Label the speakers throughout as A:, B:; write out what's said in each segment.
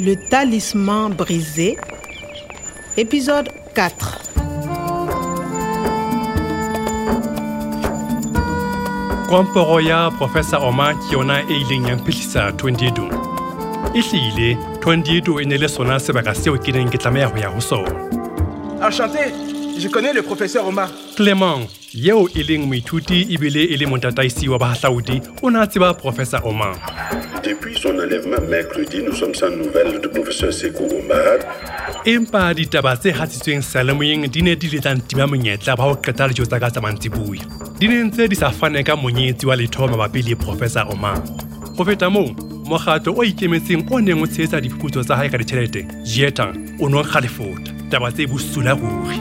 A: Le talisman brisé, épisode 4.
B: Kwamforoya Profesa Omakiona e ileng ya mphedisa 22 e hlile 22 e ne le sona sebaka seo ke neng ke tlameha ho ya ho sona
C: Enchanté, je connais le professeur Omar.
B: clement yeo e leng moithuti ebile e le motataisi wa bahahlaudi o ne a tseba profesa omar
D: Depuis son enlèvement mercredi, nous sommes sans nouvelles du professeur Sekou Omar.
B: empa ditaba tse hatsitsweng seyalemoyeng di ne di le tsa ntima monyetla ba ho qeta dijo tsa ka tsa mantsibuya di ne ntse di sa fane ka monyetsi wa letho mabapi le profesa omar ho feta moo mokgatlo o ikemetseng o neng o tshehetsa diphuputso tsa hae ka ditjhelete jetan o no nkga lefota taba tse busula ruri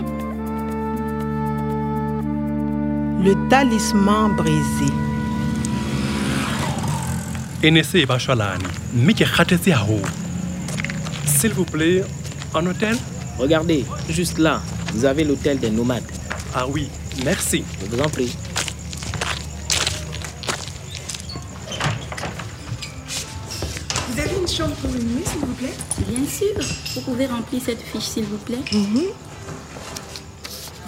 A: Le talisman brisé.
B: e ne se e ba shwalane mme ke kgathetse haholo s'il vous plaît un hôtel
E: Regardez, juste là, vous avez l'hôtel des nomades.
B: ah oui merci
E: Je vous en prie.
F: Vous avez une chambre pour une nuit, s'il vous plaît
G: Bien sûr, vous pouvez remplir cette fiche s'il vous plaît.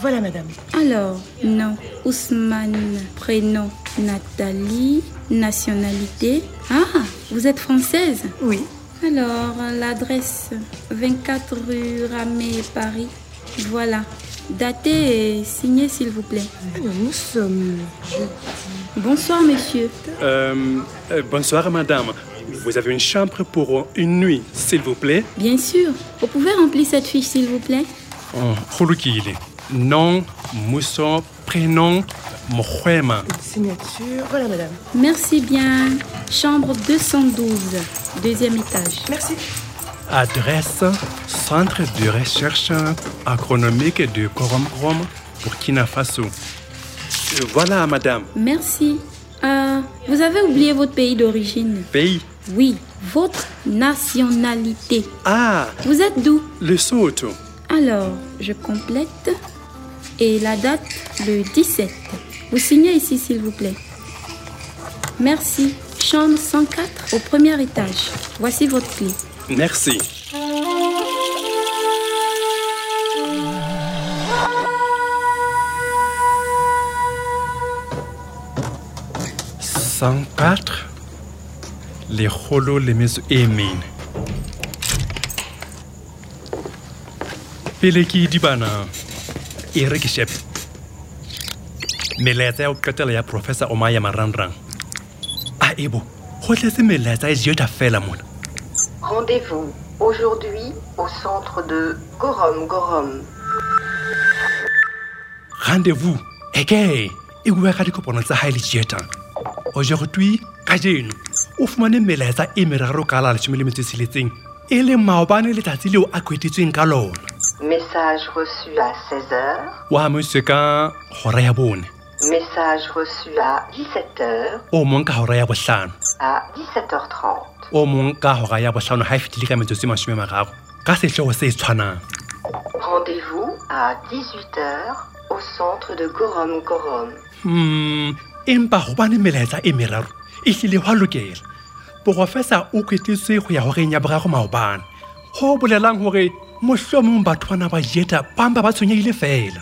F: Voilà, madame.
G: Alors, nom, Ousmane, prénom, Nathalie, nationalité. Ah, vous êtes française
F: Oui.
G: Alors, l'adresse 24 rue Ramée, Paris. Voilà. Datez et signez s'il vous plaît.
F: Alors, nous sommes.
G: Bonsoir monsieur.
B: Euh, euh, bonsoir madame vous avez une chambre pour euh, une nuit s'il vous plaît
G: Bien sûr, vous pouvez remplir cette fiche s'il vous plaît.
B: Oh, ho lokile nom moso prénom mokgwema
F: Signature. Voilà, madame.
G: Merci bien. Chambre 212, deuxième étage.
F: Merci.
B: adresse centre de recherche agronomique de Koromkrom Burkina Faso Euh, voilà madame
G: Merci. Euh, vous avez oublié votre pays d'origine.
B: pays
G: Oui, votre nationalité.
B: ah
G: Vous êtes d'où
B: le Soto
G: Alors, je complète. Et la date, le 17. Vous signez ici, s'il vous plaît. Merci. Chambre 104 au premier étage. Voici votre clé.
B: merci cent quatre lekgolo le metso e mene pele ke dibana e re ke shebe melaetsa ya ho qetela ya professor omaya Ah, marangrang a ebo ho tletse melaetsa e jeta fela mona
H: Rendez-vous aujourd'hui au centre de Gorom Gorom.
B: Rendez-vous. Eke, e bua ka dikopano tsa hae le Jetang. Aujourd'hui, kajeno, o fumane melaetsa e meraro ka la leshome le metso e tsheletseng e leng maobane letsatsi leo a kwetetsweng ka lona.
H: Message reçu à 16h.
B: O amohetswe ka hora ya bone,
H: Message reçu à 17h
B: o mong ka hora ya bohlano,
H: à 17h30.
B: o mong ka hora ya bohlano ha e fetile ka metsotso e mashome a mararo ka sehlooho se tshwanang.
H: Rendez-vous à 18h au centre de Gorom Gorom.
B: Hmm, empa hobane melaetsa e meraro e hlile hwa lokela porofesa o kwetetswe ho ya horeng ya boraro maobane ho bolelang hore mohlomong batho bana ba jeta bang ba ba tshwenyehile feela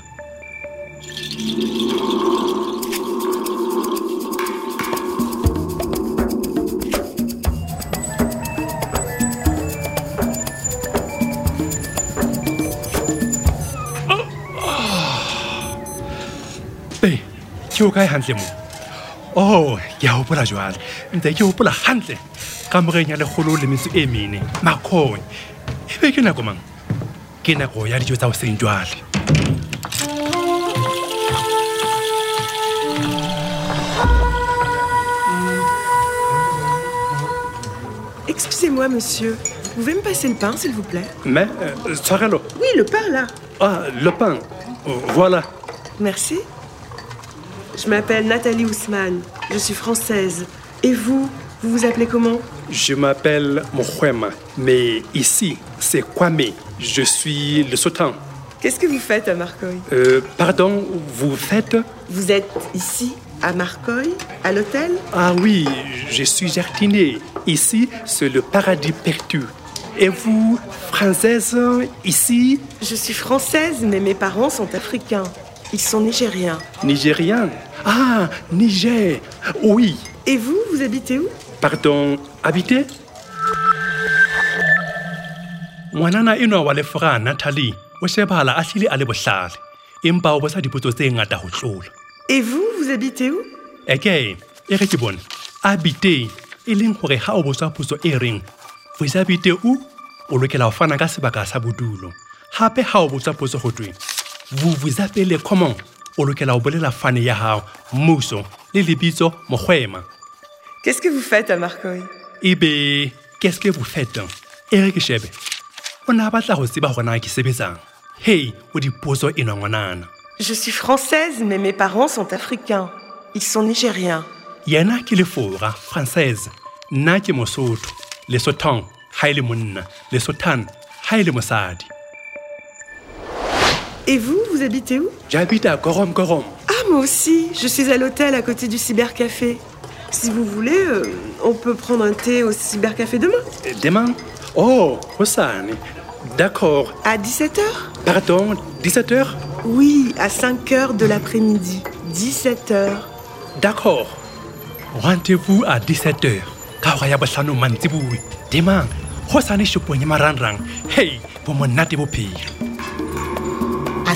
B: e ke o kae hantle mo o ke a hopola jwale ntse ke hopola hantle ka moreng ya lekgolo le metso e mene makgone ebe ke nako mang ke nako ya dijo tsa hoseng jwale
F: Excusez-moi, monsieur. Vous pouvez me passer le pain, s'il vous plaît
B: mme euh, tshwarelo
F: Oui, le pain, là.
B: ah le pain Oh, voilà
F: Merci. Je m'appelle Nathalie Ousmane. Je suis française. Et vous Vous vous appelez comment
B: Je m'appelle Mokhuema, mais ici, c'est Kwame. Je suis le sautant.
F: Qu'est-ce que vous faites à Marcoy
B: Euh, pardon, vous faites
F: Vous êtes ici, à Marcoy, à l'hôtel
B: Ah oui, je suis jardinier. Ici, c'est le paradis perdu. Et vous, française, ici,
F: Je suis française, mais mes parents sont africains. Ils sont nigériens.
B: nigérian Ah, Niger Oui.
F: Et vous, vous habitez où
B: Pardon, habité ngwanana enwa wa lefora natalie o shebahala a hlile a le bohlale empa o bosa dipotso tse ngata ho tlola
F: Et vous, vous habitez où
B: eke e re ke bone habite e leng gore ga o botswa potso e reng bosabite o o lokela ho fana ka sebaka sa bodulo gape ga o botswa potso go tweng vuvuzapele common o lokela ho bolela fane ya gago mmuso le lebitso mokgwema
F: Qu'est-ce que vous faites à Marcoy
B: ebe qu'est-ce que vous faites e re ke shebe o ne a batla go tseba gore na ke sebetsang hei o dipotso enwa ngwanana
F: Je suis française, mais mes parents sont africains. Ils sont nigériens.
B: yena ke lefora française nna ke mosotho lesotong ha e le monna lesotan ha e le mosadi
F: Et vous, vous habitez où
B: j'habite à gorom gorom
F: Ah, moi aussi. Je suis à l'hôtel à côté du cybercafé. Si vous voulez, euh, on peut prendre un thé au cybercafé demain,
B: demain Eh, oh hosane d'accord
F: à 17h
B: pardon 17 heures
F: Oui, à 5h de l'après-midi. 17h.
B: d'accord rendez-vous à 17 heures ka hora ya bohlano mantsiboe demain hosane shopong ya marangrang hei bo monate bophelo
A: À